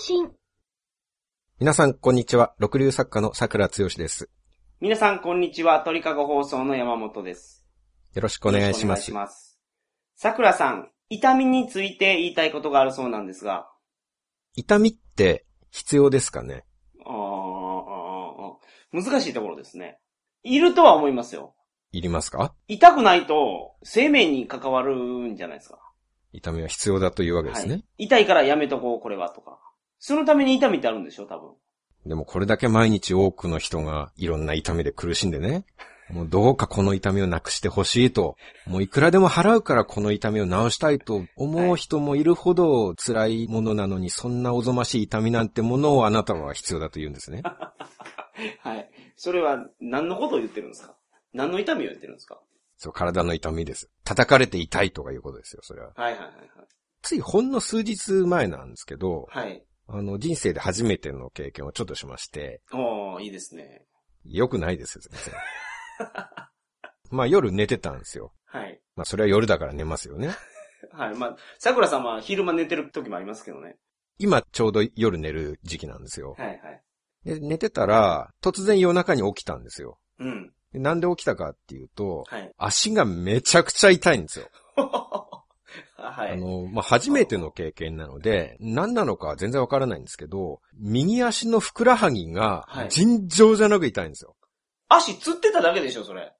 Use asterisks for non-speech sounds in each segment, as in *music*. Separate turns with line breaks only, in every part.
信。
皆さん、こんにちは。六流作家の桜剛です。
皆さん、こんにちは。鳥かご放送の山本です。
よろしくお願いしま
よろ
す。
くお願いします。さくらさん、痛みについて言いたいことがあるそうなんですが、
痛みって必要ですかね
あーあーあー難しいところですね。いるとは思いますよ。
いりますか
痛くないと、生命に関わるんじゃないですか。
痛みは必要だというわけですね。
はい痛いからやめとこう、これは、とか。そのために痛みってあるんでしょ、多分。
でもこれだけ毎日多くの人がいろんな痛みで苦しんでね。もうどうかこの痛みをなくしてほしいと。もういくらでも払うからこの痛みを治したいと思う人もいるほど辛いものなのに、そんなおぞましい痛みなんてものをあなたは必要だと言うん *laughs* ですね。
はい。それは、何のことを言ってるんですか何の痛みを言ってるんですか
そう、体の痛みです。叩かれて痛いとかいうことですよ、それは。
はいはいはい
ついほんの数日前なんですけど、
はい。はい。
あの、人生で初めての経験をちょっとしまして、
おー、いいですね。
良くないですよ、全
*laughs*
然まあ夜寝てたんですよ。
はい。
まあそれは夜だから寝ますよね。
はい。まあ、桜さんは昼間寝てる時もありますけどね。
今ちょうど夜寝る時期なんですよ。
はいはい。
で、寝てたら、突然夜中に起きたんですよ。
うん。
でなんで起きたかっていうと、
はい。 *laughs*
足がめちゃくちゃ痛いんですよ。
は
あ
い。
の、まあ、初めての経験なので、何なのかは全然わからないんですけど、右足のふくらはぎが
は、い
尋常じゃなく痛いんですよ。
足つってただけでしょ、それ。
っ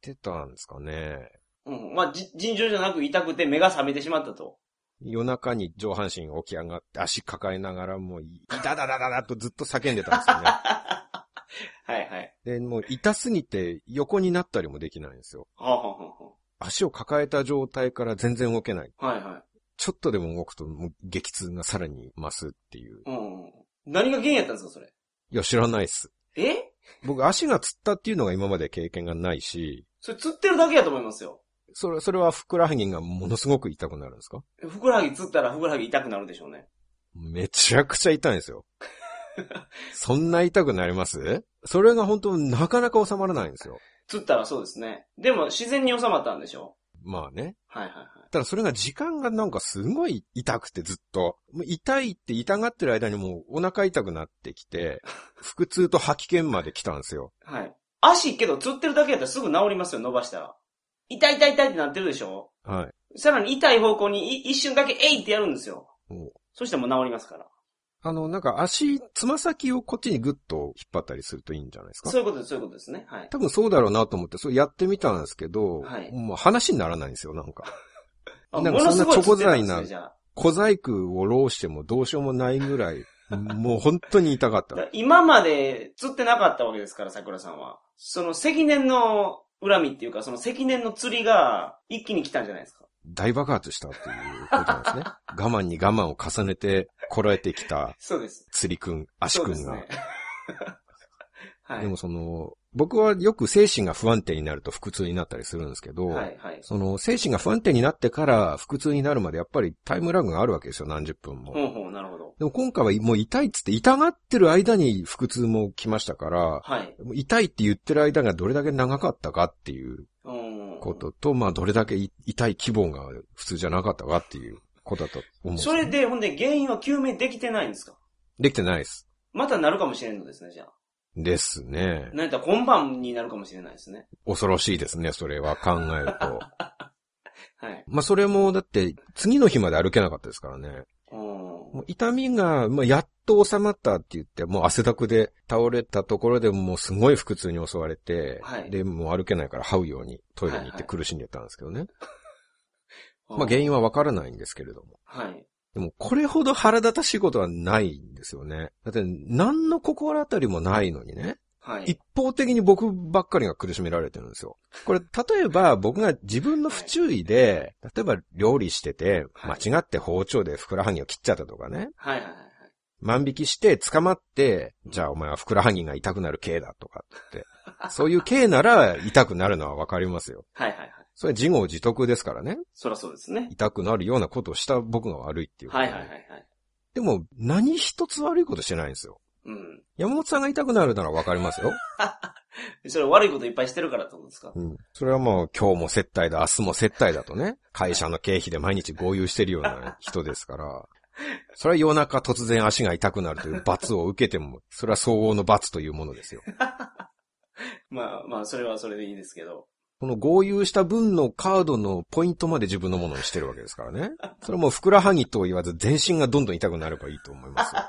てたんですかね。
うん。まあ、じ尋常じゃなく痛くて目が覚めてしまったと。 *laughs*
夜中に上半身起き上がって、足抱えながらもう、いだだだだだとずっと叫んでたんですよね。
*laughs* はいはい。
で、もう痛すぎて横になったりもできないんですよ。
はあ、はあは
足を抱えた状態から全然動けない。
あはあ、はいはい。
ちょっとでも動くと、もう激痛がさらに増すっていう。
うんうん。何が原因やったんですか、それ。
いや、知らないっす。
え
僕、足がつったっていうのが今まで経験がないし、
それつってるだけやと思いますよ。
それ、それはふくらはぎがものすごく痛くなるんですか
ふくらはぎつったらふくらはぎ痛くなるでしょうね。
めちゃくちゃ痛いんですよ。そんな痛くなりますそれが本当なかなか収まらないんですよ。
つったらそうですね。でも自然に収まったんでしょ
まあね。
はいはいはい。
ただそれが時間がなんかすごい痛くてずっと。もう痛いって痛がってる間にもうお腹痛くなってきて、腹痛と吐き気まで来たんですよ。
はい。足けど、つってるだけやったらすぐ治りますよ、伸ばしたら。痛い痛い痛いってなってるでしょ
は
さらに痛い方向にい一瞬だけ、えいってやるんですよ。
い。もう
そしてもう治りますから。
あの、なんか足、つま先をこっちにグッと引っ張ったりするといいんじゃないですか
そういうことです、そういうことですね。はい。
多分そうだろうなと思って、それやってみたんですけど、
はい
もう話にならないんですよ、なんか。
あ
なんか
もの
そんな
すごいつってたん
チ
です
ョコ材な
ねじゃあ
小細工を浪してもどうしようもないぐらい、もう本当に痛かった。
だ今まで釣ってなかったわけですから、桜さんは。その積年の恨みっていうか、その積年の釣りが一気に来たんじゃないですか。
大爆発したっていうことなん
*laughs*
ですね。我慢に我慢を重ねてこらえてきた
そうです。
釣りくん、足
そう
く
で
ん
す
が。
ね。 *laughs* はい。
でもその、僕はよく精神が不安定になると腹痛になったりするんですけど、
はい、はい。
その精神が不安定になってから腹痛になるまでやっぱりタイムラグがあるわけですよ、何十分も。
ほうほう、なるほど。
でも今回はもう痛いっつって痛がってる間に腹痛も来ましたから、
はい。
もう痛いって言ってる間がどれだけ長かったかっていう
うん。
ことと、まあどれだけい痛い規模が普通じゃなかったかっていうことだと思うんです
そ
よね、
れで、ほんで原因は究明できてないんですか
できてないです。
またなるかもしれんのですね、じゃあ。
ですね。
なんやったら今晩になるかもしれないですね。
恐ろしいですね、それは考えると。 *laughs*
はい。
まあそれもだって次の日まで歩けなかったですからね。
うん
もう痛みが、まあ、やっと収まったって言って、もう汗だくで倒れたところでもうすごい腹痛に襲われて、
はい
で、もう歩けないから這うようにトイレに行っ
はいは
て
い
苦しんでたんですけどね。まあ、原因はわからないんですけれども。
はい。
でもこれほど腹立たしいことはないんですよね。だって何の心当たりもないのにね、
はい。
一方的に僕ばっかりが苦しめられてるんですよ。これ、例えば僕が自分の不注意で、例えば料理してて、
はい
間違って包丁でふくらはぎを切っちゃったとかね。
はいはいはいはい。
万引きして捕まって、じゃあお前はふくらはぎが痛くなる刑だとかって。そういう刑なら痛くなるのはわかりますよ。
はいはいはい。
それは自業自得ですからね。
そらそうですね。
痛くなるようなことをした僕が悪いっていうこと
は
で。
いはいはいはい。
でも、何一つ悪いことしてないんですよ。
うん。
山本さんが痛くなるならわかりますよ。
それ悪いこといっぱいしてるからってことですか
うん。それはもう今日も接待だ、明日も接待だとね。会社の経費で毎日合流してるような人ですから。それは夜中突然足が痛くなるという罰を受けても、それは相応の罰というものですよ。
まあまあ、それはそれでいいですけど。
この合流した分のカードのポイントまで自分のものにしてるわけですからね。それはもうふくらはぎと言わず全身がどんどん痛くなればいいと思いますよ。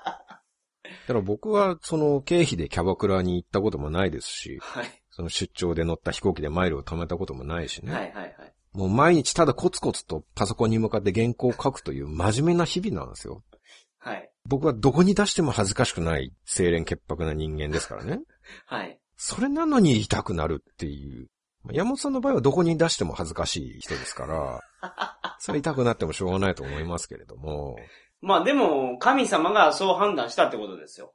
だから僕はその経費でキャバクラに行ったこともないですし、
はい。
その出張で乗った飛行機でマイルを貯めたこともないしね。
はいはいはい。
もう毎日ただコツコツとパソコンに向かって原稿を書くという真面目な日々なんですよ。
はい。
僕はどこに出しても恥ずかしくない清廉潔白な人間ですからね。
はい。
それなのに痛くなるっていう。まあ山本さんの場合はどこに出しても恥ずかしい人ですから、
*laughs*
それ痛くなってもしょうがないと思いますけれども、
まあでも、神様がそう判断したってことですよ。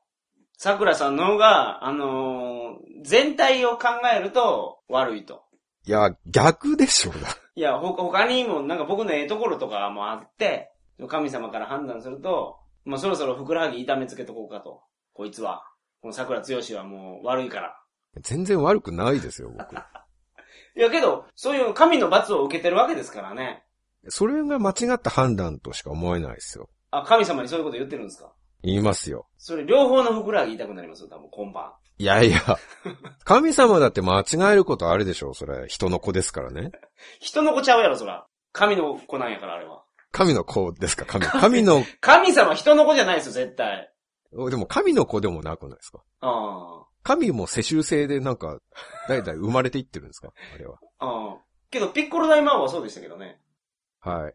桜さんの方が、あのー全体を考えると悪いと。
いや、逆でしょうが。
いや、ほ他にも、なんか僕のええところとかもあって、神様から判断すると、まあそろそろふくらはぎ痛めつけとこうかと。こいつは。この桜強しはもう悪いから。
全然悪くないですよ、僕。
いやけど、そういう神の罰を受けてるわけですからね。
それが間違った判断としか思えないですよ。
あ、神様にそういうこと言ってるんですか
言いますよ。
それ両方のふくらはぎ痛くなりますよ、多分、今晩。
いやいや、神様だって間違えることあるでしょう、それ。人の子ですからね。
人の子ちゃうやろ、そら。神の子なんやから、あれは。
神の子ですか、神。神の、
神様人の子じゃないですよ、絶対。
でも神の子でもなくないですか
あ
神も世襲制でなんか、代々生まれていってるんですかあれは。
あ。ああ。けど、ピッコロ大魔王はそうでしたけどね。
はい。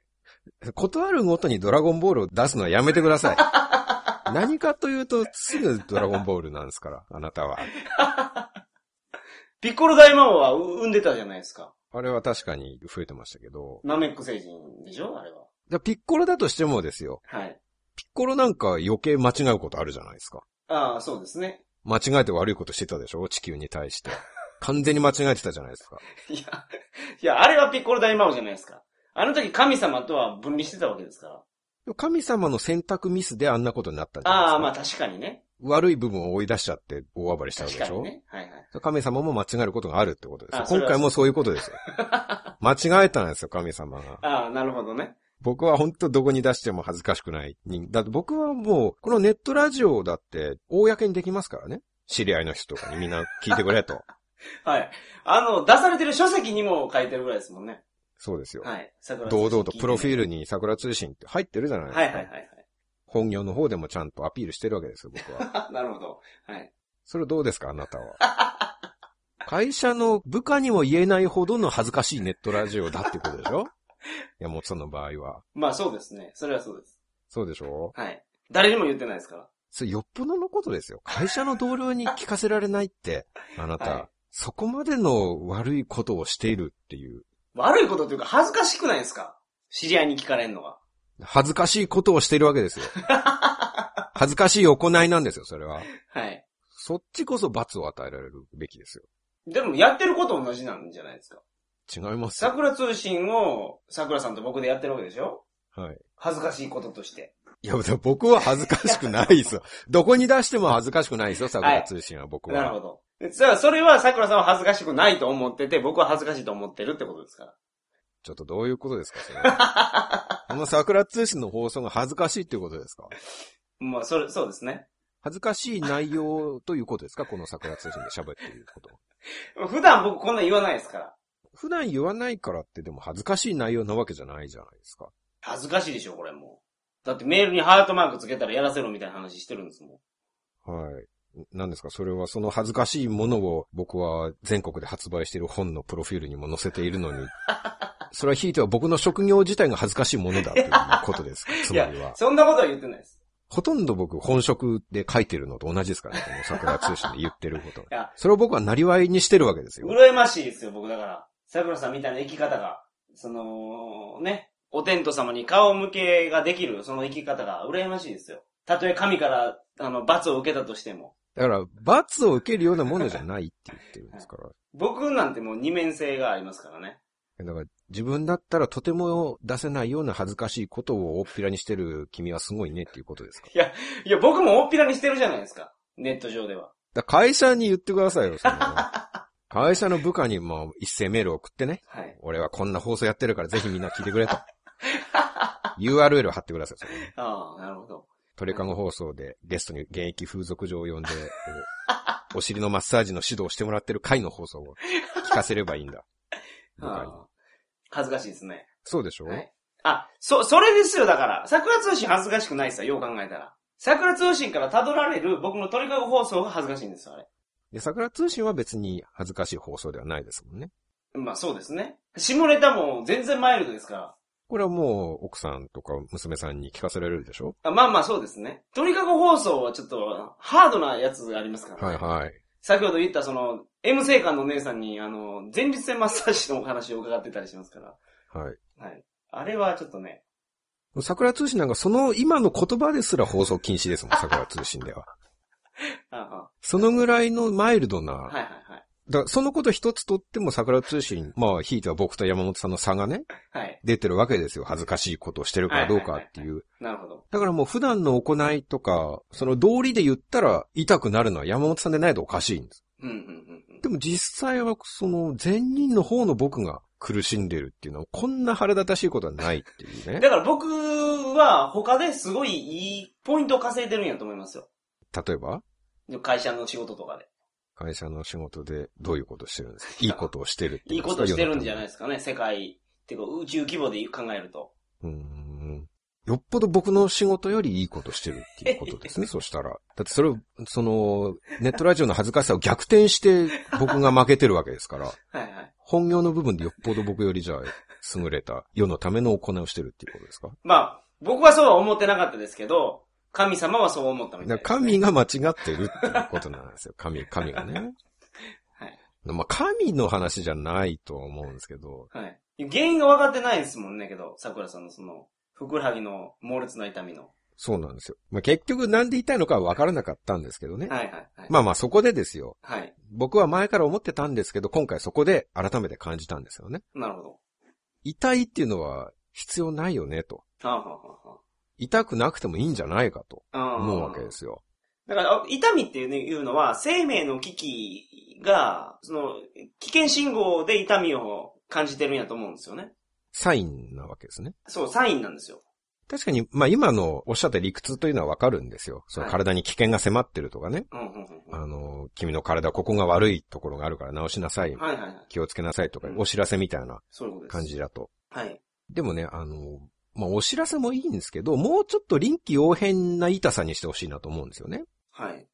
断るごとにドラゴンボールを出すのはやめてください。何かというと、すぐドラゴンボールなんですから、あなたは。
ピッコロ大魔王は産んでたじゃないですか。
あれは確かに増えてましたけど。
ナメック星人でしょあれは。
じゃピッコロだとしてもですよ。
はい。
ピッコロなんか余計間違うことあるじゃないですか。
ああ、そうですね。 *laughs*
間違えて悪いことしてたでしょ地球に対して。完全に間違えてたじゃないですか。
いや、いや、あれはピッコロ大魔王じゃないですか。あの時神様とは分離してたわけですから。
神様の選択ミスであんなことになったんじゃないです
あ
か。
あ、まあ確かにね。
悪い部分を追い出しちゃって大暴れしたわけ
確
で
か
しょ、
にね。はいはい。
神様も間違えることがあるってことですよ
あ。それ
今
は
回もそういうことですよ。間違えたんですよ、神様が。
ああ、なるほどね。
僕は本当どこに出しても恥ずかしくない人。だって僕はもう、このネットラジオだって、公にできますからね。知り合いの人とかにみんな聞いてくれと。
*laughs* はい。あの、出されてる書籍にも書いてるぐらいですもんね。
そうですよ。
はい。桜
堂々とプロフィー
ル。
ルに桜通信って入ってるじゃないですか。
はいはいはいはい。
本業の方でもちゃんとアピールしてるわけですよ、僕
*laughs*
は。
あなるほど。はい。
それどうですか、あなた
*laughs*
は。会社の部下にも言えないほどの恥ずかしいネットラジオだってことで
*laughs*
しょ山本さんの場合は。
まあそうですね。それはそうです。
そうでしょ
はい。誰にも言ってないですから。
それよっぽどのことですよ。会社の同僚に聞かせられないって、あなた、
はい
そこまでの悪いことをしているっていう、
悪いことというか恥ずかしくないですか知り合いに聞かれんのが。
恥ずかしいことをしているわけ
*laughs*
ですよ。恥ずかしい行いなんですよ、それは。
はい。
そっちこそ罰を与えられるべきですよ。
でもやってること同じなんじゃないですか。
違いますよ。
桜通信を桜さんと僕でやってるわけでしょ
はい。
恥ずかしいこととして。
いや、でも僕は恥ずかしくないですよ。どこに出しても恥ずかしくないですよ、桜通信は僕
なるほ
は。
ど。でさあ、それは桜さんは恥ずかしくないと思ってて、僕は恥ずかしいと思ってるってことですから。
ちょっとどういうことですか、それ。こ
*laughs*
の桜通信の放送が恥ずかしいっていうことですか
まあ、それ、そうですね。
恥ずかしい内容ということですかこの桜通信で喋っていること。
普段僕こんなん言わないですから。
普段言わないからってでも恥ずかしい内容なわけじゃないじゃないですか。
恥ずかしいでしょ、これもう。だってメールにハートマークつけたらやらせろみたいな話してるんですもん。
はい。なんですかそれはその恥ずかしいものを僕は全国で発売している本のプロフィールにも載せているのに、それはひいては僕の職業自体が恥ずかしいものだということですかつ
い
ま
や
りは、。
そんなことは言ってないです。
ほとんど僕本職で書いてるのと同じです
*laughs*
からね、この桜通信で言ってること
いや。
それを僕はなりわいにしてるわけですよ。
羨ましいですよ、僕だから。桜さんみたいな生き方が、その、ね、お天道様に顔向けができる、その生き方が羨ましいですよ。たとえ神から、あの、罰を受けたとしても。
だから、罰を受けるようなものじゃないって言ってるんですから。
僕なんてもう二面性がありますからね。
だから、自分だったらとても出せないような恥ずかしいことを大っぴらにしてる君はすごいねっていうことですか。
いや、僕も大っぴらにしてるじゃないですか。ネット上では。
だから会社に言ってくださいよ、その会社の部下にもう一斉メールを送ってね。
はい。 *laughs*
俺はこんな放送やってるからぜひみんな聞いてくれと。 URL 貼ってください。そこに
ああ、なるほど。
トレカゴ放送でゲストに現役風俗嬢を呼んで、おお尻のマッサージの指導をしてもらってる回の放送を聞かせればいいんだ。部下に
*laughs* ああ恥ずかしいですね。
そうでしょ、
はい。あ、そ、それですよ、だから。桜通信恥ずかしくないさ、よう考えたら。桜通信から辿られる僕の鳥かご放送が恥ずかしいんですよ、あれ。
で、桜通信は別に恥ずかしい放送ではないですもんね。
まあそうですね。下ネタも全然マイルドですから。
これはもう奥さんとか娘さんに聞かせられるでしょ
あまあまあそうですね。鳥かご放送はちょっと、ハードなやつがありますから、ね。
はいはい。
先ほど言ったその、M 生官のお姉さんに、あの、前立腺マッサージのお話を伺ってたりしますから。
はい。
はい。あれはちょっとね、
桜通信なんかその今の言葉ですら放送禁止です
*laughs*
もん、桜通信では。
あ
そのぐらいのマイルドな、
あはいはい
だからそのこと一つとっても桜通信、まあ、ひいては僕と山本さんの差がね、
はい。はい。
出てるわけですよ。恥ずかしいことをしてるかどうかっていう。
なるほど。
だからもう普段の行いとか、その道理で言ったら痛くなるのは山本さんでないとおかしいんです。
うんうんうんうん。
でも実際はその前任の方の僕が苦しんでるっていうのはこんな腹立たしいことはないっていうね。
だから僕は他ですごいいいポイントを稼いでるんやと思いますよ。
例えば、
会社の仕事とかで。
会社の仕事でどういうことをしてるんですかいいことをしてるって
いいことしてるんじゃない
い
ですかね、世界。っていうか、宇宙規模で考えると。
うーん。よっぽど僕の仕事よりいいことしてるっていうこと
*laughs*
ですね、そしたら。だってそれを、その、ネットラジオの恥ずかしさを逆転して僕が負けてるわけですから。
はいはい。
本業の部分でよっぽど僕よりじゃあ、優れた世のための行いをしてるっていうことですか
まあ、僕はそうは思ってなかったですけど、神様はそう思ったみたい
だ
です。
から神が間違ってるっていうことなんですよ。神、神がね。
はい
まあ、神の話じゃないとは思うんですけど、
はい。原因が分かってないですもんね、けど、桜さんのその、ふくらはぎの猛烈な痛みの。
そうなんですよ。まあ、結局なんで言いたいのかは分からなかったんですけどね。
はいはいはい。
まあまあそこでですよ。
はい。
僕は前から思ってたんですけど、今回そこで改めて感じたんですよね。
なるほど。
痛いっていうのは必要ないよねと。
あはは
痛くなくてもいいんじゃないかと
は
思うわけですよ。
だから、あ痛みっていう,、ね、いうのは、生命の危機が、その、危険信号で痛みを感じてるんやと思うんですよね。
サインなわけですね。
そう、サインなんですよ。
確かに、まあ今のおっしゃった理屈というのはわかるんですよ。その体に危険が迫ってるとかね。
うんうんうん
あの、君の体ここが悪いところがあるから直しなさい
うん。。はいはいはい。
気をつけなさいとか
う、ん
お知らせみたいな
そういうことです。
感じだと。
はい。
でもね、あの、まあお知らせもいいんですけど、もうちょっと臨機応変な痛さにしてほしいなと思うんですよね。
はい。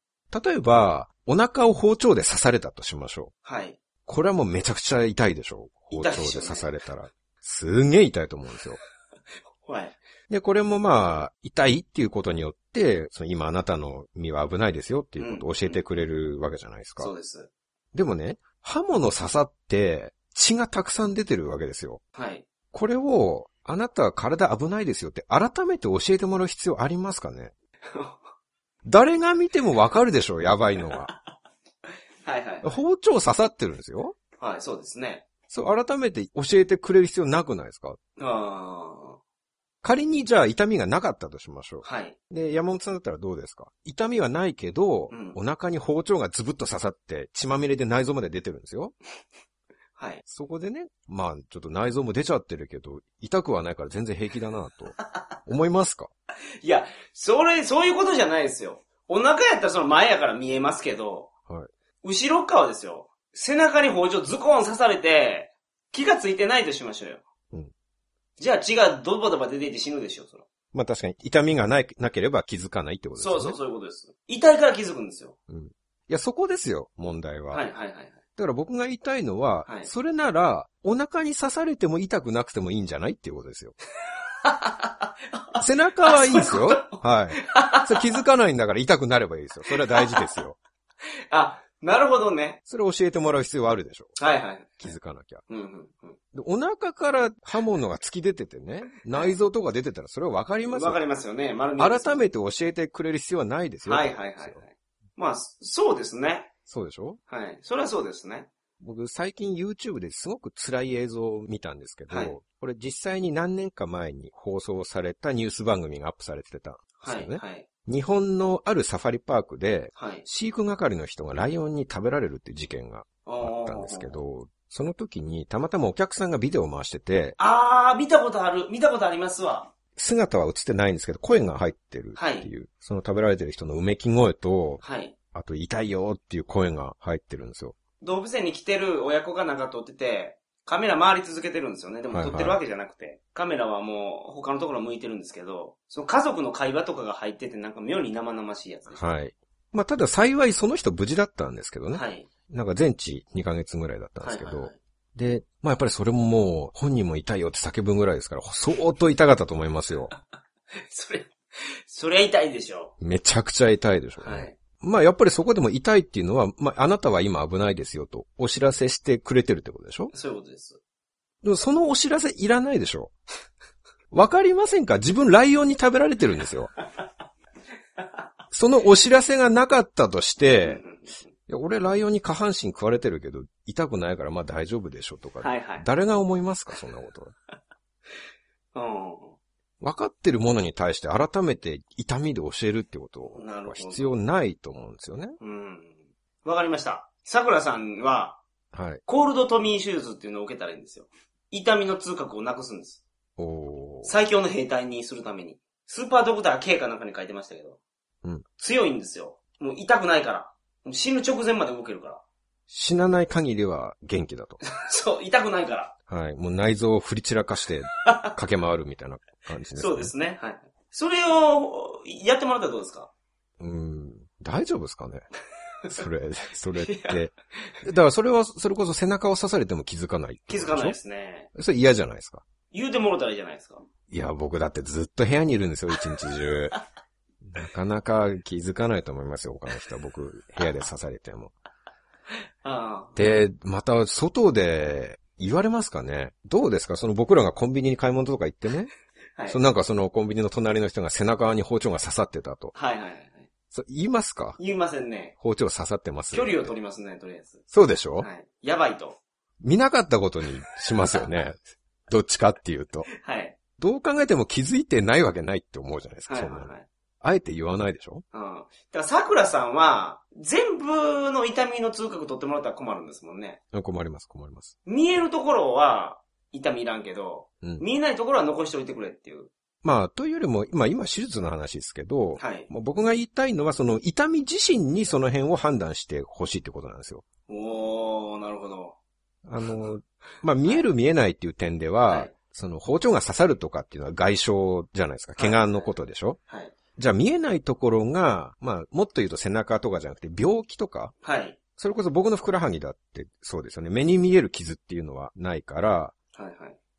例えば、お腹を包丁で刺されたとしましょう。
はい。
これはもうめちゃくちゃ痛いでしょう。包
痛い
丁
でしょう
で
ね
刺されたら。すんげえ痛いと思うんですよ。
はい。
で、これもまあ、痛いっていうことによって、その今あなたの身は危ないですよっていうことを教えてくれるわけじゃないですか。
そうです。
でもね、刃物刺さって血がたくさん出てるわけですよ。
はい。
これを、あなたは体危ないですよって改めて教えてもらう必要ありますか
*laughs*
ね誰が見てもわかるでしょう、やばいの
*laughs*
が。
はいはい。
包丁刺さってるんですよ。
はい、そうですね。
そう、改めて教えてくれる必要なくないですか
あ
仮にじゃあ痛みがなかったとしましょう
あ。。はい。
で、山本さんだったらどうですか痛みはないけど、
うん
お腹に包丁がズブッと刺さって、血まみれで内臓まで出てるんですよ。
はい。
そこでね、まあ、ちょっと内臓も出ちゃってるけど、痛くはないから全然平気だなと、思いますか
いや、それ、そういうことじゃないですよ。お腹やったらその前やから見えますけど、
はい
後ろっ側ですよ。背中に包丁ズコーン刺されて、気がついてないとしましょうよ。
うん
じゃあ血がドバドバ出ていて死ぬでしょ、その。
まあ確かに痛みがない、なければ気づかないってことですよ
そう
ね。
そう、そういうことです。痛いから気づくんですよ。
いや、そこですよ、問題は。
はいはいはいはい。
だから僕が言いたいのは、
はい
それなら、お腹に刺されても痛くなくてもいいんじゃないっていうことです
*laughs*
よ。背中はいいですよ。はい。それ気づかないんだから痛くなればいいですよ。それは大事です
*laughs*
よ。
あ、なるほどね。
それを教えてもらう必要はあるでしょ。
はいはい。
気づかなきゃ。
うんうんう
でお腹から刃物が突き出ててね、内臓とか出てたらそれはわかり
ん。
ます
わ
よ
か。りますよね。丸見えです
改めて教えてくれる必要はないですよ。
はいはいはいはい。まあ、そうですね。
そうでしょ
はい。それはそうですね。
僕最近 YouTube ですごく辛い映像を見たんですけど、
はい
これ実際に何年か前に放送されたニュース番組がアップされてたんです
は
よ
い。
ね。
はい。
日本のあるサファリパークで
はい。
飼育係の人がライオンに食べられるっていう事件があ
あ
ったんですけ。ど、その時にたまたまお客さんがビデオを回してて、
あー、見たことある。見たことありますわ。
姿は映ってないんですけど、声が入ってるっていう、その食べられてる人のうめき声と、
はい。
あと痛いよっていう声が入ってるんですよ。
動物園に来てる親子がなんか撮ってて、カメラ回り続けてるんですよね。でも
はいは
撮
い
ってるわけじゃなくて、カメラはもう他のところ向いてるんですけど、その家族の会話とかが入っててなんか妙に生々しいやつでした。
はい。まあ、ただ幸いその人無事だったんですけどね。
はい。
なんか全治2ヶ月ぐらいだったんですけど、
はいはいはい
で、まあやっぱりそれももう本人も痛いよって叫ぶぐらいですから、相当痛かったと思います
*laughs*
よ。
それ、そりゃ痛いでしょ。
めちゃくちゃ痛いでしょうね。
はい。
まあやっぱりそこでも痛いっていうのは、まああなたは今危ないですよとお知らせしてくれてるってことでしょ
そういうことです。
でもそのお知らせいらないで
*laughs*
しょわかりませんか自分ライオンに食べられてるんですよ。そのお知らせがなかったとして、
うんうん
いや俺ライオンに下半身食われてるけど痛くないからまあ大丈夫でしょとか、
はいはい。
誰が思いますかそんなこと。
う
分かってるものに対して改めて痛みで教えるってこと
なるほ
は
ど
必要ないと思うんですよね。
ん。うん。わかりました。桜さんは、
はい。
コールドトミー手術っていうのを受けたらいいんですよ。痛みの痛覚をなくすんです。
おー
最強の兵隊にするために。スーパードクター K かなんかに書いてましたけど。
うん
強いんですよ。もう痛くないから。もう死ぬ直前まで動けるから。
死なない限りは元気だと。
*laughs* そう、痛くないから。
はい。もう内臓を振り散らかして駆け回るみたいな感じです、ね。
そうで。すね。はい。それを、やってもらったらどうですか
うん。大丈夫ですかねそ
*laughs*
れ、それって。だからそれは、それこそ背中を刺されても気づかない。。
気づかないですすね。
それ嫌じゃないですか。
言うてもろたらいいじゃないですか。
いや、僕だってずっと部屋にいるんですよ、一日
*laughs*
中。なかなか気づかないと思いますよ、他の人は。僕、部屋で刺されても。
ああ。
で、また、外で、言われますかねどうですかその僕らがコンビニに買い物とか行ってね。
はい。
そのなんかそのコンビニの隣の人が背中側に包丁が刺さってたと。
はいはいはい。
そ言いますか
言いませんね。
包丁刺さってます。
距離を取りますね、とりあえず。
そうでしょ、
はい。やばいと。
見なかったことにしますよ
*laughs*
ね。どっちかっていうと。
はい。
どう考えても気づいてないわけないって思うじゃないですか。
はいはい
そんなの
はい。
あえて言わないでしょ
うん。だから、桜さんは、全部の痛みの痛覚取ってもらったら困るんですもんね。
困ります、困ります。
見えるところは、痛みいらんけど、
うん。
見えないところは残しておいてくれっていう。
まあ、というよりも、今、今、手術の話ですけど、
はい。
もう僕が言いたいのは、その、痛み自身にその辺を判断してほしいってことなんですよ。
おー、なるほど。
あ
*laughs*
の、まあ、見える見えないっていう点では、
はい
その、包丁が刺さるとかっていうのは外傷じゃないですか。怪我のことでしょ、
はい。
じゃあ、見えないところが、まあ、もっと言うと背中とかじゃなくて、病気とか、
はい。
それこそ僕のふくらはぎだってそうですよね。目に見える傷っていうのはないから、
はいはい。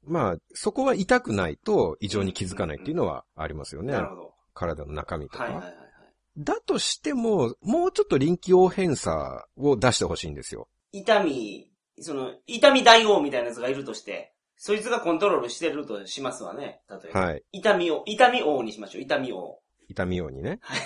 まあ、そこは痛くないと異常に気づかないっていうのはありますよね。
なるほど。
体の中身とか。
はいはいはいはい。
だとしても、もうちょっと臨機応変さを出してほしいんですよ。
痛み、その、痛み大王みたいなやつがいるとして、そいつがコントロールしてるとしますわね。例えば。
はい。
痛みを、痛み王にしましょう。痛み王。
痛みようにね。
はい。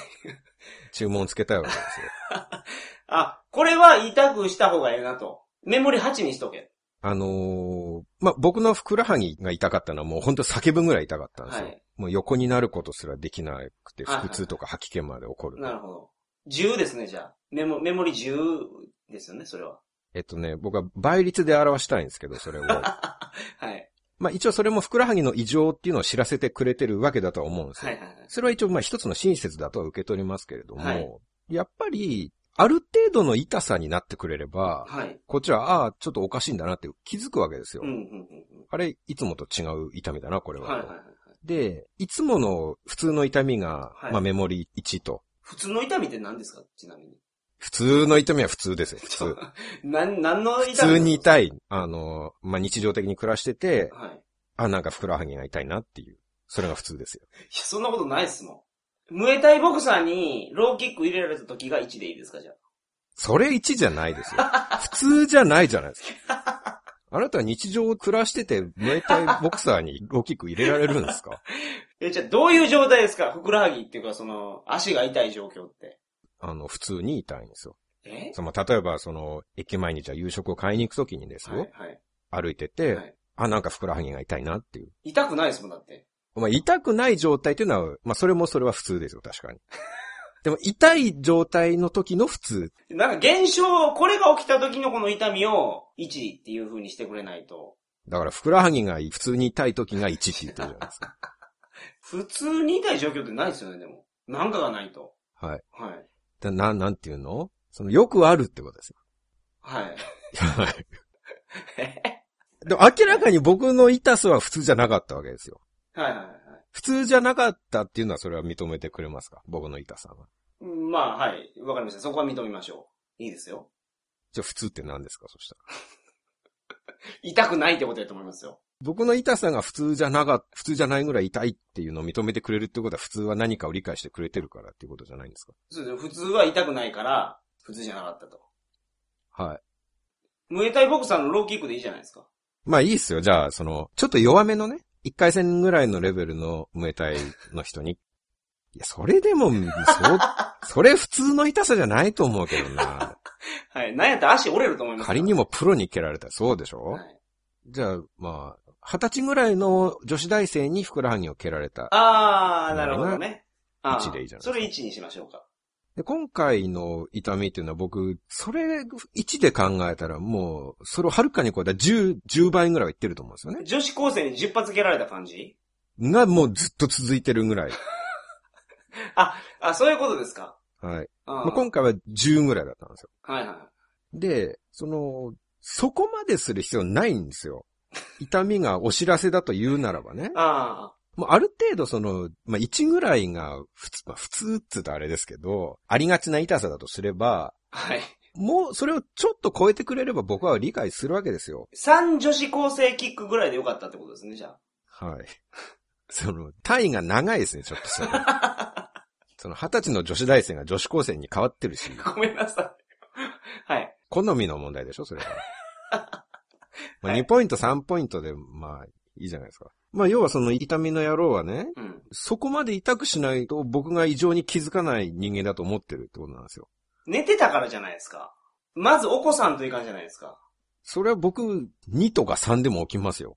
注文つけたいわけですよ。 *laughs*
あ、これは痛くした方がええなと。メモリ8にしとけ。
あのー、まあ、僕のふくらはぎが痛かったのはもう本当叫ぶぐらい痛かったんですよ。
はい
もう横になることすらできなくて、
はいはい
腹痛とか吐き気まで起こる。
なるほど。10ですね、じゃあ。メモ、メモリ10ですよね、それは。 *laughs*
えっとね、僕は倍率で表したいんですけど、それを。
はい。
まあ、一応それもふくらはぎの異常っていうのを知らせてくれてるわけだとは思うんですよ。
はいはいはい。
それは一応、まあ、一つの親切だとは受け取りますけれども、
はい
やっぱり、ある程度の痛さになってくれれば、
はい。
こっちは、ああ、ちょっとおかしいんだなって気づくわけですよ。
うん、うん、うん
あれ、いつもと違う痛みだな、これ
うん。
は。
はいはいはい。
で、いつもの普通の痛みが、
はい
まあ、メモリ1と。
普通の痛みって何ですかちなみに。
普通の痛みは普通ですよ、普
ちょ
通。
なん、何の痛み
普通に痛
い。
い。あの、まあ、日常的に暮らしてて、
はい。いや、
あ、なんかふくらはぎが痛いなっていう。それが普通ですよ。
そんなことないっすもん。ムエタイボクサーにローキック入れられた時が1でいいですか、じゃ
それ1じゃないですよ。普通じゃないじゃないです
*laughs*
か。あなたは日常を暮らしてて、ムエタイボクサーにローキック入れられるんですか
あ。え、じゃあどういう状態ですかふくらはぎっていうか、その、足が痛い状況って。
あの、普通に痛いんですよ。
え
その、例えば、その、駅前にじゃあ夕食を買いに行くときにですよ、
はい、はい。
歩いてて、
はい
あ、なんかふくらはぎが痛いなっていう。
痛くないですもん、だって。
まあ、痛くない状態っていうのは、まあ、それもそれは普通ですよ、
*laughs*
確かに。でも、痛い状態の時の普通。
なんか現象、これが起きた時のこの痛みを1っていう風にしてくれないと。
だから、ふくらはぎが普通に痛い時が1って言ってるじゃないですか。
普通に痛い状況ってないですよね、でも。なんかがないと。
はい。
はい。
だな、なんていうのその、よくあるってことですよ。
はい。
はい。でも明らかに僕の痛さは普通じゃなかったわけですよ。
はいはいはい。
普通じゃなかったっていうのはそれは認めてくれますか僕の痛さは。
うんまあ、はい。わかりました。そこは認めましょう。いいですよ。
じゃあ普通って何ですかそしたら。
痛くないってことやと思いますよ。
僕の痛さが普通じゃなか、普通じゃないぐらい痛いっていうのを認めてくれるってことは普通は何かを理解してくれてるからっていうことじゃないんですか
そうですね。普通は痛くないから、普通じゃなかったと。
はい。
ムエタイボクサーのローキックでいいじゃないですか。
まあいいっすよ。じゃあ、その、ちょっと弱めのね、一回戦ぐらいのレベルのムエタイの人に。いや、それでも、そう、それ普通の痛さじゃないと思うけどな。
はい。なんやったら足折れると思いますから。
仮にもプロに蹴られたらそうでしょ、
はい。
じゃあ、まあ、二十歳ぐらいの女子大生にふくらはぎを蹴られた。
あー、なるほどね。あー
一でいいじゃないです
そ
か
れ1にしましょうか。
で、今回の痛みっていうのは僕、それ1で考えたらもう、それをはるかに超えた10、10倍ぐらいはいってると思うんですよね。
女子高生に10発蹴られた感じ
がもうずっと続いてるぐらい。
あ、そういうことですか。
はい。
あ
まあ、今回は10ぐらいだったんですよ。
はいは
で、その、そこまでする必要ないんですよ。痛みがお知らせだと言うならばね
い。。あ
もうある程度その、まあ、1ぐらいが普通、まあ、普通って言うとあれですけど、ありがちな痛さだとすれば、
あ、はい。
もうそれをちょっと超えてくれれば僕は理解するわけですよ。
3女子高生キックぐらいでよかったってことですね、じゃ
はい。 *laughs* その、単位が長いですね、ちょっとそれ。その、二十歳の女子大生が女子高生に変わってるし、
あ。ごめ *laughs* んなさい。はい。
好みの問題でしょ、それは。まあ、
はい
2ポイント、3ポイントで、まあ、いいじゃないですか。まあ、要はその、痛みの野郎はね、
うん。
そこまで痛くしないと僕が異常に気づかない人間だと思ってるってことなんですよ。
寝てたからじゃないですか。まずお子さんといかんじゃないですか。
それは僕、2とか3でも起きますよ。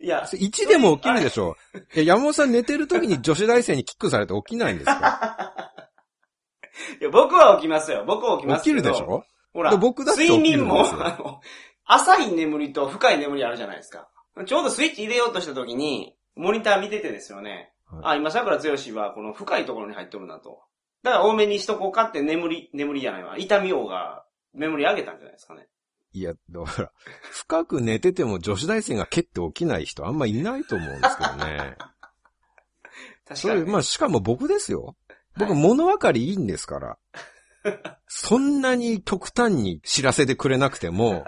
いや、
1でも起きるでしょ。え、山本さん寝てる時に女子大生にキックされて起きないんですか
いや僕は起きますよ。僕 *laughs* は起きま
起
す
き
けど
るでしょ
ほら、
僕だって起きる
睡
んですよ
眠も、あの、浅い眠りと深い眠りあるじゃないですか。ちょうどスイッチ入れようとした時に、モニター見ててですよね。
は
あ、今、桜強しはこの深いところに入っとるなと。だから多めにしとこうかって眠り、眠りじゃないわ。痛み王が、眠り上げたんじゃないですかね。
いや、だから、深く寝てても女子大生が蹴って起きない人あんまいないと思うんですけ
*laughs*
どね。
確
そ
かに
れ、
ね、
まあ、しかも僕ですよ。僕、
はい
物分かりいいんです
*laughs*
から。そんなに極端に知らせてくれなくても、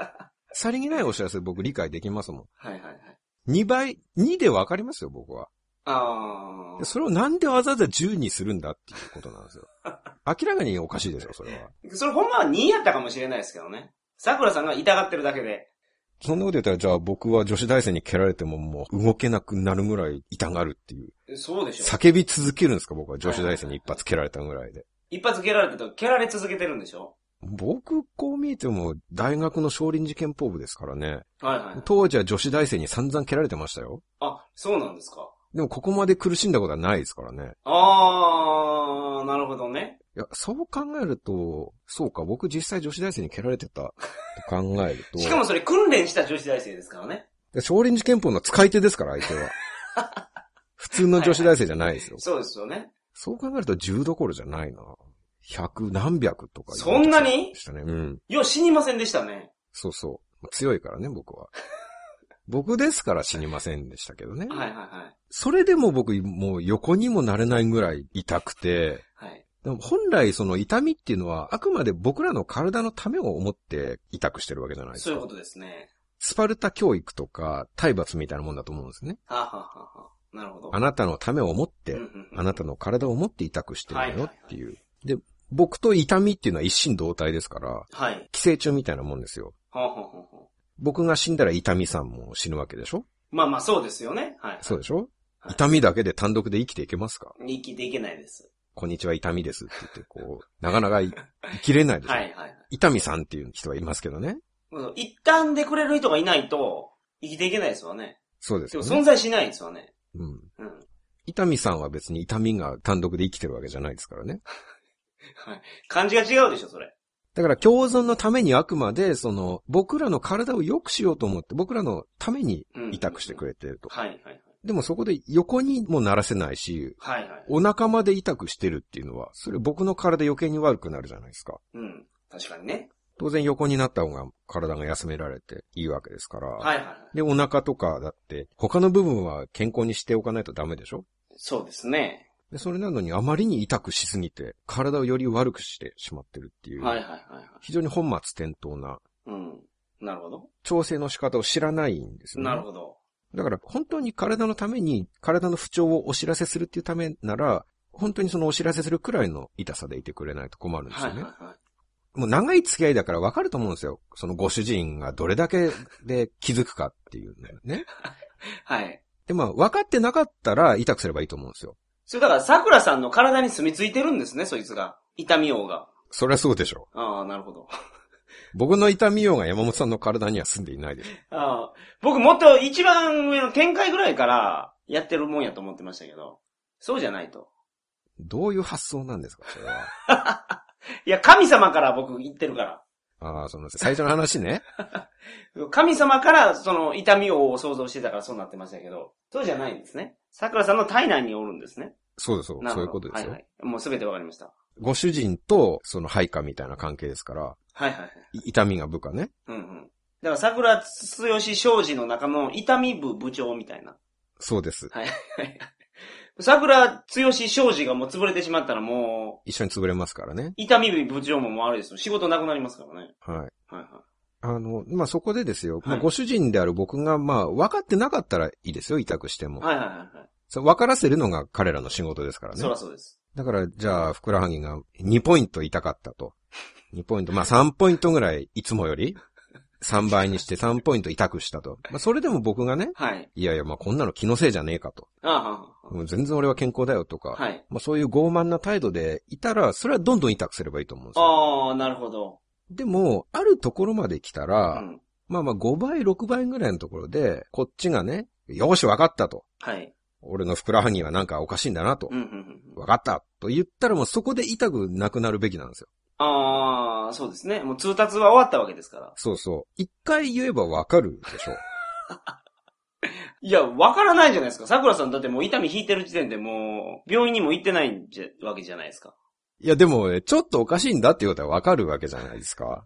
さりげないお知らせ僕理解できますも
はいはいはい。
ん。2倍、2で分かりますよ、僕は。
あ
で
あ。
それをなんでわざわざ10にするんだっていうことなんです
*laughs*
よ。明らかにおかしいでしょ、それは。
それほんまは2やったかもしれないですけどね。桜さんが痛がってるだけで。
そんなこと言ったら、じゃあ僕は女子大生に蹴られてももう動けなくなるぐらい痛がるっていう。
そうでしょ。
叫び続けるんですか僕は女子大生に一発蹴られたぐらいで。
一発蹴られたと、蹴られ続けてるんでしょ
僕、こう見えても、大学の少林寺拳法部ですからね。
はいはい。
当時は女子大生に散々蹴られてましたよ。
あ、そうなんですか。
でも、ここまで苦しんだことはないですからね。
あー、なるほどね。
いや、そう考えると、そうか、僕実際女子大生に蹴られてたと考えると。
*laughs* しかもそれ訓練した女子大生ですからね。
で少林寺拳法の使い手ですから、相手
*laughs*
は。普通の女子大生じゃないですよ。
そうですよね。
そう考えると10どころじゃないな。100何百とか。
そんなに
でしたね。うん。
よう死にませんでしたね。
そうそう。強いからね、僕は。僕ですから死にませんでしたけどね。
はいはいはい。
それでも僕、もう横にもなれないぐらい痛くて、
はい。
でも本来その痛みっていうのは、あくまで僕らの体のためを思って痛くしてるわけじゃないですか。
そういうことですね。
スパルタ教育とか、体罰みたいなもんだと思うんですね。
はあ、はあはあはあ、なるほど。
あなたのためを思って、あなた
の。
の体を思って痛くしてるのよっていう。
は
で、僕と痛みっていうのは一心同体ですから、
はい。
寄生虫みたいなもんですよ。
はあ、はあはあはあ、
僕が死んだら痛みさんも死ぬわけでしょ
まあまあそうですよね。はい。
そうでしょ、
はい
痛みだけで単独で生きていけますか
生きていけないです。
こんにちは、痛みですって言って、こう、なかなかい生きれないですょ、
はいはいはい。
痛みさんっていう人はいますけどね。
うん一旦でくれる人がいないと、生きていけないですわね。
そうです
で
よ
も
ね。
存在しないですわね。
うん。
うん。
痛みさんは別に痛みが単独で生きてるわけじゃないですからね。
はい。漢字が違うでしょ、それ。
だから共存のためにあくまで、その、僕らの体を良くしようと思って、僕らのために
うん
痛くしてくれてると。
はいはいはい。
でもそこで横にもならせないし、
はいはい。
お腹まで痛くしてるっていうのは、それ僕の体余計に悪くなるじゃないですか。
うん。確かにね。
当然横になった方が体が休められていいわけですから。
はいはいはい。
で、お腹とかだって、他の部分は健康にしておかないとダメでしょ
そうですね。
でそれなのにあまりに痛くしすぎて、体をより悪くしてしまってるっていう、
はいはいはいはい。
非常に本末転倒な
うん。なるほど。
調整の仕方を知らないんですね。
なるほど。
だから本当に体のために、体の不調をお知らせするっていうためなら、本当にそのお知らせするくらいの痛さでいてくれないと困るんです
はい
よね。
はいは
もう長い付き合いだからわかると思うんですよ。そのご主人がどれだけで気づくかっていうのよね。
い。はい。
で、まあ分かってなかったら痛くすればいいと思うんですよ。
それだから、桜さんの体に住み着いてるんですね、そいつが。痛みようが。
そりゃそうでしょ。
ああ、なるほど。
僕の痛みようが山本さんの体には住んでいないでしょ。
ああ。僕もっと一番上の展開ぐらいからやってるもんやと思ってましたけど。そうじゃないと。
どういう発想なんですか、それは。
いや、神様から僕言ってるから。
ああ、その、最初の話ね。
神様からその痛みを想像してたからそうなってましたけど、そうじゃないんですね。桜さんの体内におるんですね。
そうです、そうです
なる
そう
ほど
いうことですよ。
はいはい。もうすべてわかりました。
ご主人と、その配下みたいな関係ですから、
はいはいはい。
い痛みが部下ね。
うんうん。だから桜剛商事の中の痛み部部長みたいな。
そうです。
はいはい。桜剛商事がもう潰れてしまったらもう、
一緒に潰れますからね。
痛み部部長ももうあれですよ。仕事なくなりますからね。
はい。
はいはい。
あの、まあ、そこでですよ。まあ
はい
ご主人である僕が、まあ、分かってなかったらいいですよ、痛くしても。
はいはいはいはい。
そう分からせるのが彼らの仕事ですからね
そ。らそうです。
だから、じゃあ、ふくらはぎが2ポイント痛かったと。2ポイント、まあ3ポイントぐらい、いつもより3倍にして3ポイント痛くしたと。まあそれでも僕がね、
はい。
いやいや、まあこんなの気のせいじゃねえかと。
ああ、はあ
もう全然俺は健康だよとか、
はあはい。
まあそういう傲慢な態度でいたら、それはどんどん痛くすればいいと思うんですよ。
ああ、なるほど。
でも、あるところまで来た
う
ら、
ん。
まあまあ5倍、6倍ぐらいのところで、こっちがね、よーし、わかったと。
はい。
俺のふくらはぎはなんかおかしいんだなと
う。んうんうんうん。
わかったと言ったらもうそこで痛くなくなるべきなんですよ。
ああ、そうですね。もう通達は終わったわけですから。
そうそう。一回言えばわかる
*laughs*
でしょ。
いや、わからないじゃないですか。桜さんだってもう痛み引いてる時点でもう、病院にも行ってないんじゃわけじゃないですか。
いやでも、えちょっとおかしいんだっていうことはわかるわけじゃないですか。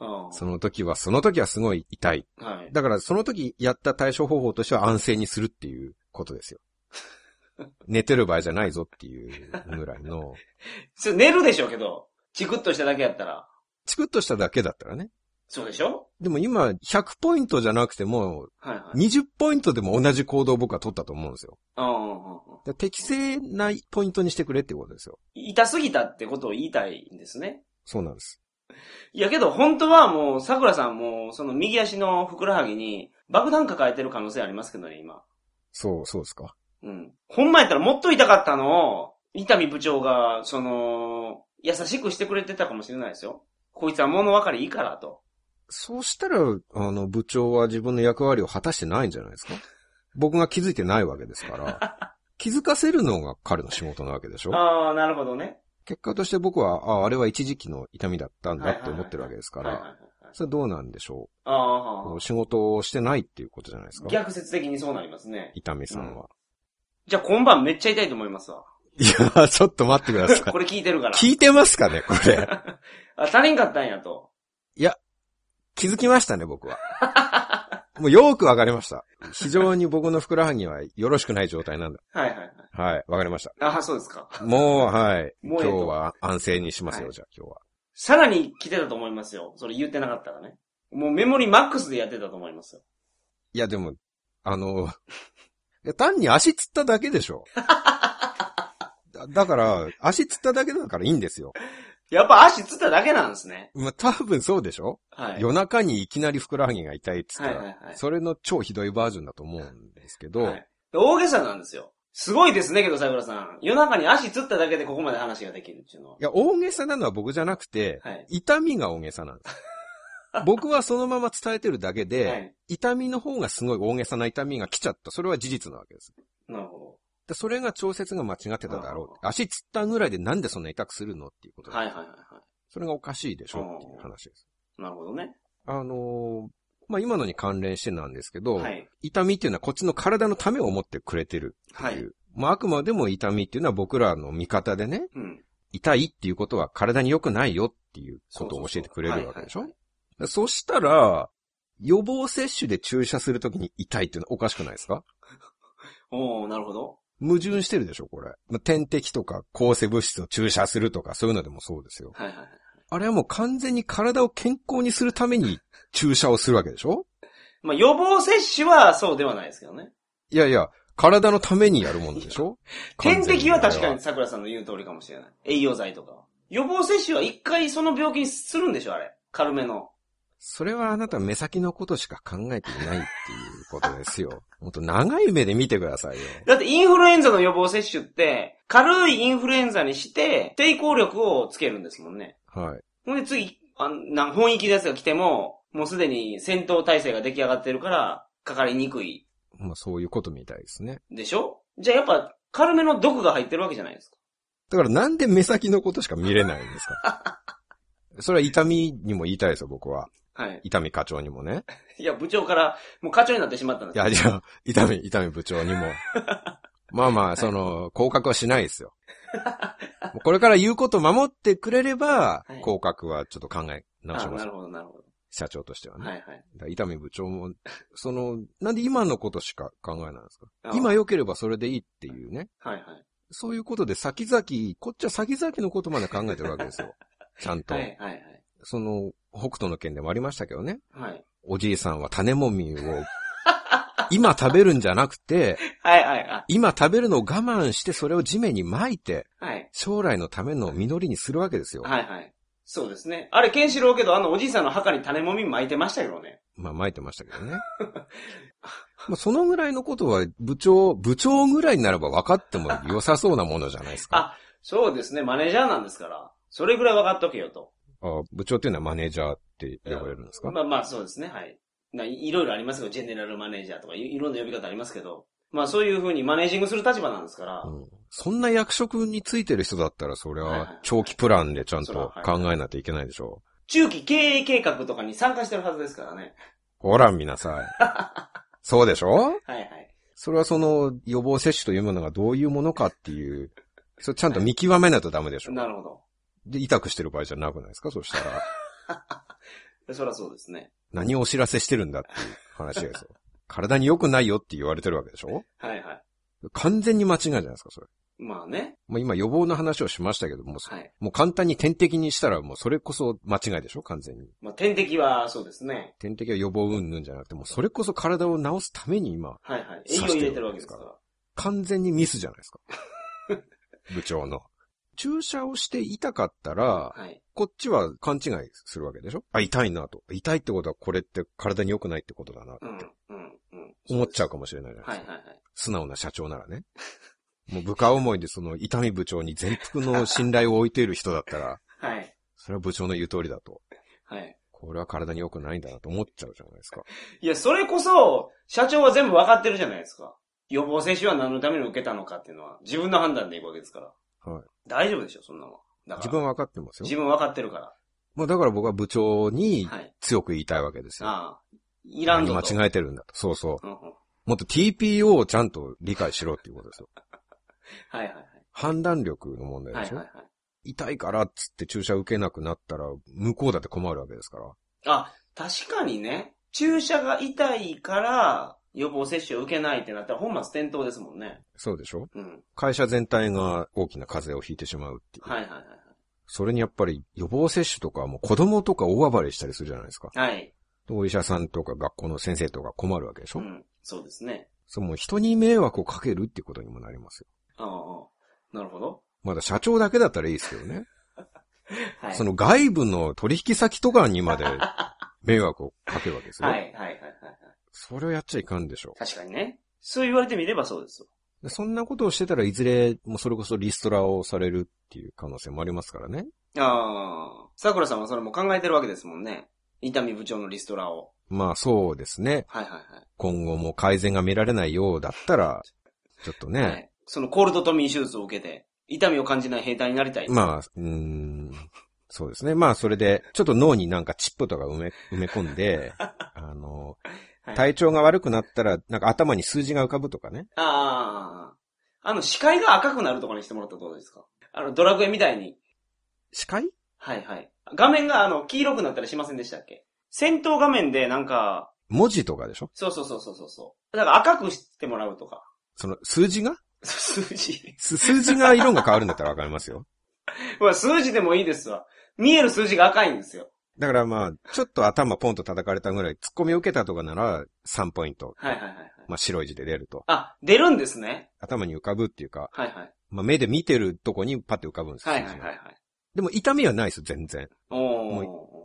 あ
その時は、その時はすごい痛い。
あはい。
だからその時やった対処方法としては安静にするっていうことです
*laughs*
よ。寝てる場合じゃないぞっていうぐらいの、
それ寝るでしょうけど、チクッとしただけやったら。
チクッとしただけだったらね。
そうでしょ
でも今、100ポイントじゃなくても、
はいはい。
20ポイントでも同じ行動を僕は取ったと思うんですよ。
ああああああ
だから適正なポイントにしてくれっていうことですよ。
痛すぎたってことを言いたいんですね。
そうなんです。
いやけど本当はもう、桜さんも、その右足のふくらはぎに爆弾抱えてる可能性ありますけどね、今。
そう、そうですか。
うん。ほんまやったらもっと痛かったのを、伊丹部長が、その、優しくしてくれてたかもしれないですよ。こいつは物分かりいいからと。
そうしたら、あの、部長は自分の役割を果たしてないんじゃないですか僕が気づいてないわけですから、
*laughs*
気づかせるのが彼の仕事なわけでしょ
ああ、なるほどね。
結果として僕は、ああれは一時期の痛みだったんだって思ってるわけですか
はいはいはい
ら、
はい。
それはどうなんでしょ
あ
う
あ
こ
あ
う仕事をしてないっていうことじゃないです
あ、
か
逆説的にそうなりますね。
痛みさんは。
じゃあ今晩めっちゃ痛いと思いますわ。
いや、ちょっと待ってください。
*laughs* これ聞いてるか
*laughs*
ら。
聞いてますかねこ
*laughs*
れ。
あ、足りんかったんやと。
気づきましたね、僕は。もうよくわかりました。非常に僕のふくらはぎはよろしくない状態なんだ。
はいはいはい。
はい、わかりました。
ああ、そうですか。
もう、はい。
も
今
うええ
日
と
は安静にしますよ、
はい
じゃあ今日は。
さらに来てたと思いますよ。それ言ってなかったらね。もうメモリーマックスでやってたと思いますよ。
いや、でも、あの、いや単に足つっただけでし
*laughs*
ょ。だだから、足つっただけだからいいんですよ。
やっぱ足つっただけなんですね。
まあ、多分そうでしょ、
はい。
夜中にいきなりふくらはぎが痛いっつった
はい
ら、
はいはい。
それの超ひどいバージョンだと思うんですけど、
はい大げさなんですよ。すごいですね、けど、桜さん。夜中に足つっただけでここまで話ができるっていうのは。
いや、大げさなのは僕じゃなくて、
はい。
痛みが大げさなん
*laughs*
です。僕はそのまま伝えてるだけで、
はい。
痛みの方がすごい大げさな痛みが来ちゃった。それは事実なわけです。
なるほ
でそれが調節が間違ってただろうって。
あ
足つったぐらいでなんでそんな痛くするのっていうこと
ど。
で、
はいはいはいは
それがおかしいでしょっていう話です。
い。なるほどね。
あのーまあ今のに関連してなんですけど、
はい。
痛みっていうのはこっちの体のためを思ってくれてるって
はいい。
う。まああくまでも痛みっていうのは僕らの味方でね、
うん。
痛いっていうことは体に良くないよっていうことを教えてくれるわけでしょそしたら、予防接種で注射するときに痛いっていうのはおかしくないですか
おおなるほど。
矛盾してるでしょ、これ。まあ点滴とか抗生物質を注射するとか、そういうのでもそうですよ。
はいはいはい。
あれはもう完全に体を健康にするために注射をするわけでしょ
まあ、予防接種はそうではないですけどね。
いやいや、体のためにやるものでしょ
*laughs* 点滴は確
完全
かに桜さんの言う通りかもしれない。栄養剤とかは。予防接種は一回その病気にするんでしょあれ。軽めの。
それはあなた目先のことしか考えていないっていうことですよ。もっと長い目で見てくださいよ。
だってインフルエンザの予防接種って、軽いインフルエンザにして、抵抗力をつけるんですもんね。
はい。
ほんで次、あなん本域のやつが来ても、もうすでに戦闘態勢が出来上がってるから、かかりにくい
まあそういうことみたいですね。
でしょじゃあやっぱ、軽めの毒が入ってるわけじゃないですか。
だからなんで目先のことしか見れないんですか
*laughs*
それは痛みにも言いたいですよ、僕は。
はい。
痛み課長にもね。
いや、部長から、もう課長になってしまったんです
いや、じゃあ、痛み、痛み部長にも。まあまあ、その、降格はしないですよ。もうこれから言うことを守ってくれれば
はい、
降格はちょっと考え直
あ
しま
な
すよ。
るほど、なるほど。
社長としてはね。
はいはい。
だから伊丹部長も、その、なんで今のことしか考えないんですか
あ
今良ければそれでいいっていうね。
はいはい。
そういうことで先々、こっちは先々のことまで考えてるわけ
*laughs*
ですよ。ちゃんと。
はいはいはい。
その、北斗の件でもありましたけどね。
はい。
おじいさんは種もみを、今食べるんじゃなくて、
はいはい、あ、
今食べるのを我慢してそれを地面に撒いて、
はい。
将来のための実りにするわけですよ。
はいはい。そうですね。あれ、ケンシロウけど、あのおじいさんの墓に種もみ巻いてましたけどね。
まあ、巻いてましたけどね。 *laughs* まあ、そのぐらいのことは、部長、部長ぐらいになれば分かっても良さそうなものじゃないですか。
あそうですね。マネージャーなんですから。それぐらい分かっとけよと。
あ部長っていうのはマネージャーって呼ばれるんですか
まあまあ、そうですね。はい。ないいろいろありますよ。ジェネラルマネージャーとかい、いろんな呼び方ありますけど。まあそういうふうにマネージングする立場なんですから。
うんそんな役職についてる人だったら、それ
はいはい
は長期プランでちゃん
それは
と
はい
考えないといけないでしょ
中期経営計画とかに参加してるはずですからね。
う。ほら、見な
*laughs*
さい。そうでしょ
はいはい。
それはその予防接種というものがどういうものかっていう、それちゃんと見極めないとダメでしょ。
なるほど。
で、痛くしてる場合じゃなくないですかそしたら。
そりゃそうですね。
何をお知らせしてるんだっていう話です
*laughs*
よ。体に良くないよって言われてるわけでしょ
はいはい。
完全に間違いじゃないですか、それ。
まあね。
まあ今予防の話をしましたけども、そ
はい。
もう簡単に点滴にしたらもうそれこそ間違いでしょ完全に。
まあ点滴はそうですね。
点滴は予防云々じゃなくて、もうそれこそ体を治すために今、
はいはい。
刺
営
して
業
る
入れてるわけですから。
完全にミスじゃない
*laughs*
ですか。部長の。注射をして痛かったら、
はい。
こっちは勘違いするわけでしょあ、痛いなと。痛いってことはこれって体に良くないってことだな。
うん、うん、うん。
思っちゃう
か
かもしれないじゃないですか
はいはいはい。
素直な社長ならね。もう部下思いでその痛み部長に全幅の信頼を置いている人だった
*laughs*
ら、
はい。
それは部長の言う通りだと。
はい。
これは体に良くないんだなと思っちゃうじゃないですか。
いや、それこそ、社長は全部分かってるじゃないですか。予防接種は何のために受けたのかっていうのは、自分の判断でいくわけですから。
はい。
大丈夫でしょ、そんなもん。だから。
自分は分かってます
自
よ。
分分かってるから。
まあだから僕は部長に
はい。
強く言いたいわけですよ。
ああ。いらん
何
ぞと。
間違えてるんだと。そうそう。
うんうんはい
もっと TPO をちゃんと理解しろっていうことですよ。
はいはい。
判断力の問題
は
で
い
しょ、
はいはい。
痛いからっつって注射受けなくなったら、向こうだって困るわけですから。
あ、確かにね、注射が痛いから、予防接種を受けないってなったら本末転倒ですもんね。
そうでしょ
うん。
会社全体が大きな風邪をひいてしまうっていう。
はいはいはい
それにやっぱり予防接種とかはもう子供とか大暴れしたりするじゃないですか。
はい。はい。
お医者さんとか学校の先生とか困るわけでし
う
ょ、
ん。そうですね。
それもう人に迷惑をかけるってことにもなりますよ。
ああああ、なるほど。
まだ社長だけだったらいいですけどね。
はい。
その外部の取引先とかに
*laughs*
まで迷惑をかけるわけですよ。
はいはいはいはいはい。
それをやっちゃいかんでしょ
確かにね。そう言われてみればそうですよ。
う。でそんなことをしてたらいずれ、もうそれこそリストラをされるっていう可能性もありますからね。
ああ。桜さんはそれも考えてるわけですもんね。伊丹部長のリストラを。
まあそうですね。
はいはいはい。
今後も改善が見られないようだったら、ちょっとね、
はい、そのコールドトミー手術を受けて、痛みを感じない兵隊になりたい。
まあ、うーん。そうですね。まあ、それで、ちょっと脳になんかチップとか埋め、埋め込ん
*laughs*
で、あの、
はい
体調が悪くなったら、なんか頭に数字が浮かぶとかね。
ああ、あの、視界が赤くなるとかにしてもらったらどうですかあの、ドラクエみたいに。
視界
はいはい。画面があの、黄色くなったりしませんでしたっけ戦闘画面でなんか、
文字とかでしょ
そうそうそうそうそうそう。だから赤くしてもらうとか。 *laughs*
その、数字が
数字。
す *laughs* 数字が色が変わるんだったらわかりますよ。
うわ、数字でもいいですわ。見える数字が赤いんですよ。
だからまあ、ちょっと頭ポンと叩かれたぐらい、突っ込み受けたとかなら3ポイント。
はいはいはいはい。
まあ白い字で出ると。
あ、出るんですね。
頭に浮かぶっていうか、
はいはい。
まあ目で見てるとこにパッて浮かぶんですよ
はいはい
数字
はいは
が
い。
でも痛みはないです、全然。
お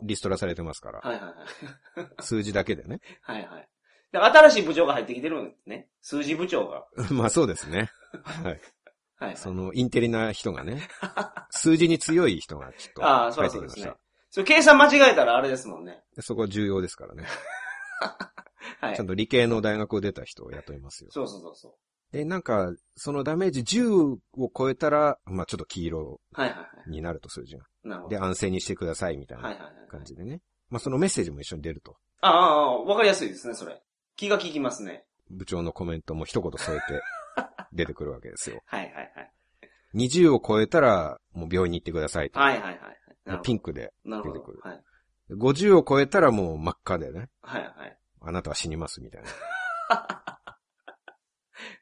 ー。
リストラされてますから。
はいはいはい。
数字だけでね。 *laughs*
はいはい。だから新しい部長が入ってきてるんですね。数字部長が。
まあそうです
*laughs*
ね。はい。
はい、はい。
その、インテリな人がね。数字に強い人がちょっと
ああ、そ
入
う
って
そ
き
うで
ますし
ね
た。。
それ計算間違えたらあれですもんね。
でそこ重要ですからね。
はい
ちゃ。んと理系の大学を出た人を雇いますよ。
そうそうそうそ
で、なんか、そのダメージ10を超えたら、まあちょっと黄色
う。はいはいは
になると数字が。
い。なるほど。
で、安静にしてくださいみたい
はい
な
はいはい。
感じでね。まあそのメッセージも一緒に出ると。
ああああ、わかりやすいですね、それ。気が利きますね。
部長のコメントも一言添え
*laughs*
て出てくるわけですよ。
はいはいはい。
20を超えたら、もう病院に行ってくださいと。
はいはいはいはい。
もう
なるほ
ピ
ど
ン。クで。
なるほ
出てく
ど
る。
はい。
50を超えたらもう真っ赤でね。
はいはい。
あなたは死にますみたいな。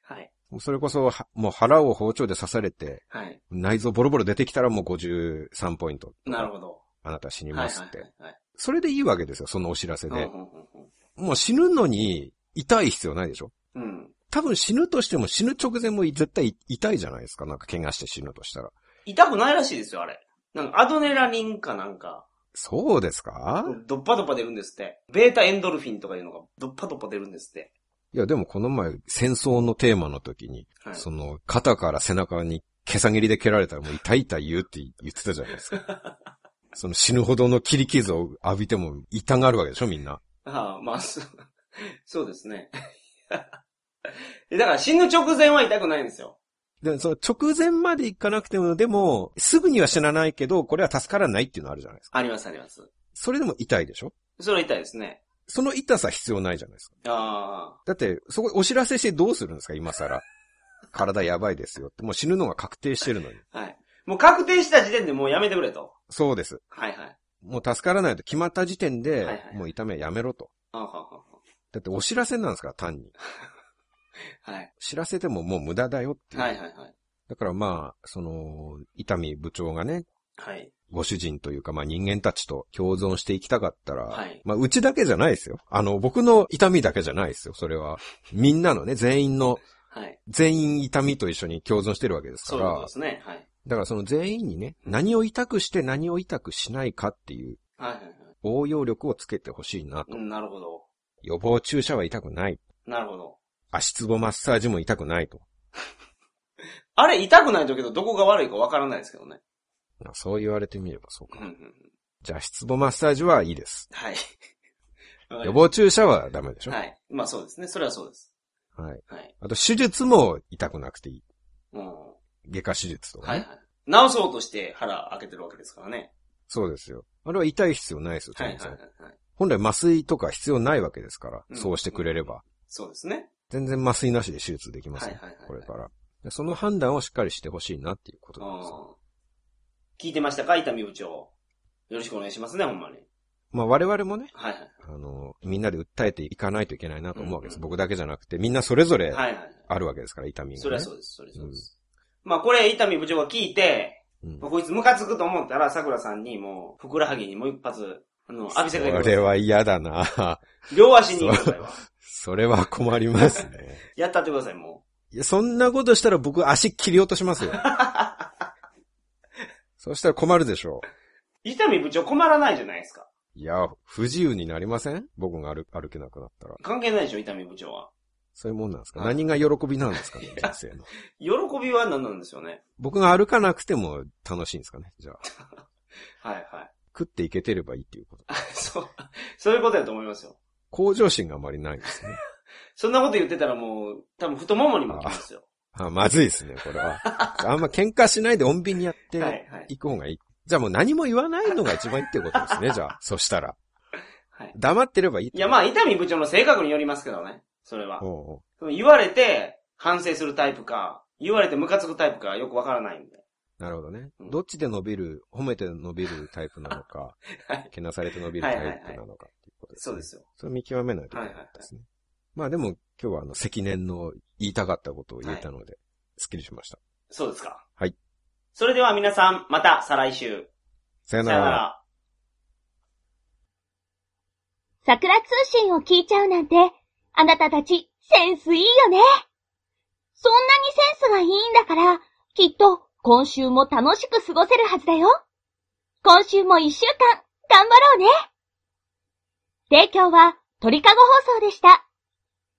はい。
もうそれこそは、もう腹を包丁で刺されて、
はい。
内臓ボロボロ出てきたらもう53ポイント。
なるほど。
あなたは死に
はいは
ま
い
すって。
はいはい。
それでいいわけですよ、そのお知らせ
うんうん
で。もう死ぬのに痛い必要ないでしょ
うんうん。うん。
多分死ぬとしても死ぬ直前も絶対痛いじゃないですか。なんか怪我して死ぬとしたら。
痛くないらしいですよ、あれ。なんか、アドネラリンかなんか、
そうですか
ドッパドッパ出るんですって。ベータエンドルフィンとかいうのが、ドッパドッパ出るんですって。
いやでもこの前戦争のテーマの時に、
はい。
その肩から背中に毛さ切りで蹴られたらもう痛い痛い言うって言ってたじゃないですか。その死ぬほどの切り傷を浴びても痛がるわけでしょみんな。
ああ、まあ、そう、そうですね。 *laughs* だから死ぬ直前は痛くないんですよ。
で、その直前まで行かなくても、でも、すぐには死なないけど、これは助からないっていうのあるじゃないですか。
ありますあります。
それでも痛いでしょ
それは痛いですね。
その痛さ必要ないじゃないですか。
あ
だって、そこお知らせしてどうするんですか今更。体やばいですよって。もう死ぬのが確定してるのに。
あ、はい。もう確定した時点でもうやめてくれと。
そうです。
はいはい。
もう助からないと決まった時点で、
はいはい
もう痛みはやめろと。
あははは
だってお知らせなんですから、単に。
はい。
知らせてももう無駄だよっていう。
はいはいはい。
だからまあ、その、痛み部長がね、
はい。
ご主人というか、まあ人間たちと共存していきたかったら、
はい
まあうちだけじゃないですよ。あの、僕の痛みだけじゃないですよ。それは。みんなのね、全員の、
はい。
全員痛みと一緒に共存してるわけですか
そういうこと
ら
で、すね。はい。
だからその全員にね、何を痛くして何を痛くしないかっていう
はいはいはい。
応用力をつけてほしいなと。
うん、なるほど。
予防注射は痛くない。
なるほど。
足つぼマッサージも痛くないと。
あれ痛くないとけど、どこが悪いかわからないですけどね。
まあそう言われてみればそう
うん
か。
うんうん。
じゃあ足つぼマッサージはいいです。
はい。
*laughs* 予防注射はダメでしょ
はい。まあそうですね。それはそうです。
はい。
はい。
あと手術も痛くなくていい。
うん。
外科手術とか
は
ね。
いはい。治そうとして腹開けてるわけですからね。
そうですよ。あれは痛い必要ないですよ、
はい
全
はい
然。
はいはい。
本来麻酔とか必要ないわけですから、
うん
そうしてくれれば。
そうですね。
全然麻酔なしで手術できますよ、
はいはいはいはい
これから。でその判断をしっかりしてほしいなっていうこと
う
なんです
ん
よ。
聞いてましたか伊丹部長。よろしくお願いしますね、ほんまに。
まあ我々もね、
はいはい。
あの、みんなで訴えていかないといけないなと思うわけです。
うんうん
僕だけじゃなくて、みんなそれぞれ
はいはいはい。
あるわけですから、痛みが、ね。
それはそうです、それはそうです。まあこれ、伊丹部長が聞いて、
うん
まあこいつムカつくと思ったら、桜さんにもう、ふくらはぎにもう一発、あの、浴びせてくだ
そ
さい
れは嫌だな *laughs*
両足に行く場合は。
それは困ります
*laughs*
ね。
やったってください、も
いや、そんなことしたら僕足切り落とし
*laughs*
ますよ。そしたら困るでしょう。
う。伊丹部長困らないじゃないですか。
いや、不自由になりません僕が歩歩けなくなったら。
関係ないでしょ、伊丹部長は。
そういうもんなんですか、
はい
何が喜びなんですかね人生の。
喜びは何なんですよね。
僕が歩かなくても楽しいんですかねじゃあ。
はいはい。 *laughs*
食っていけてればいいっていうこと。
そう、そういうことだと思いますよ。
向上心があまりないですね。
そんなこと言ってたらもう、多分太ももにもきますよ。 *laughs*
あまずいですね、これは。あんま喧嘩しないで穏便にやっ
はいは
て
い。
いく方がいい。じゃあもう何も言わないのが一番いいってことです
*laughs*
ね、じゃあ。そしたら。
はい。
黙ってればいいって
いや、まあ、伊丹部長の性格によりますけどね。それは。
おうおう
その言われて反省するタイプか、言われてムカつくタイプかよくわからないんで。
なるほどね
う。ん
どっちで伸びる、褒めて伸びるタイプなのか、
はい
けなされて伸びるタイプなのかっていうことです、。
そうですすよ。
それ見極めないといけないですね。まあでも今日はあの、積年の言いたかったことを言えたので、スッキリしました。
そうですか。
はい。
それでは皆さん、また再来週。
さよ
さ
な
よな
ら。
ら。
桜通信を聞いちゃうなんて、あなたたちセンスいいよね。そんなにセンスがいいんだから、きっと今週も楽しく過ごせるはずだよ。今週も一週間頑張ろうね。提供は鳥かご放送でした。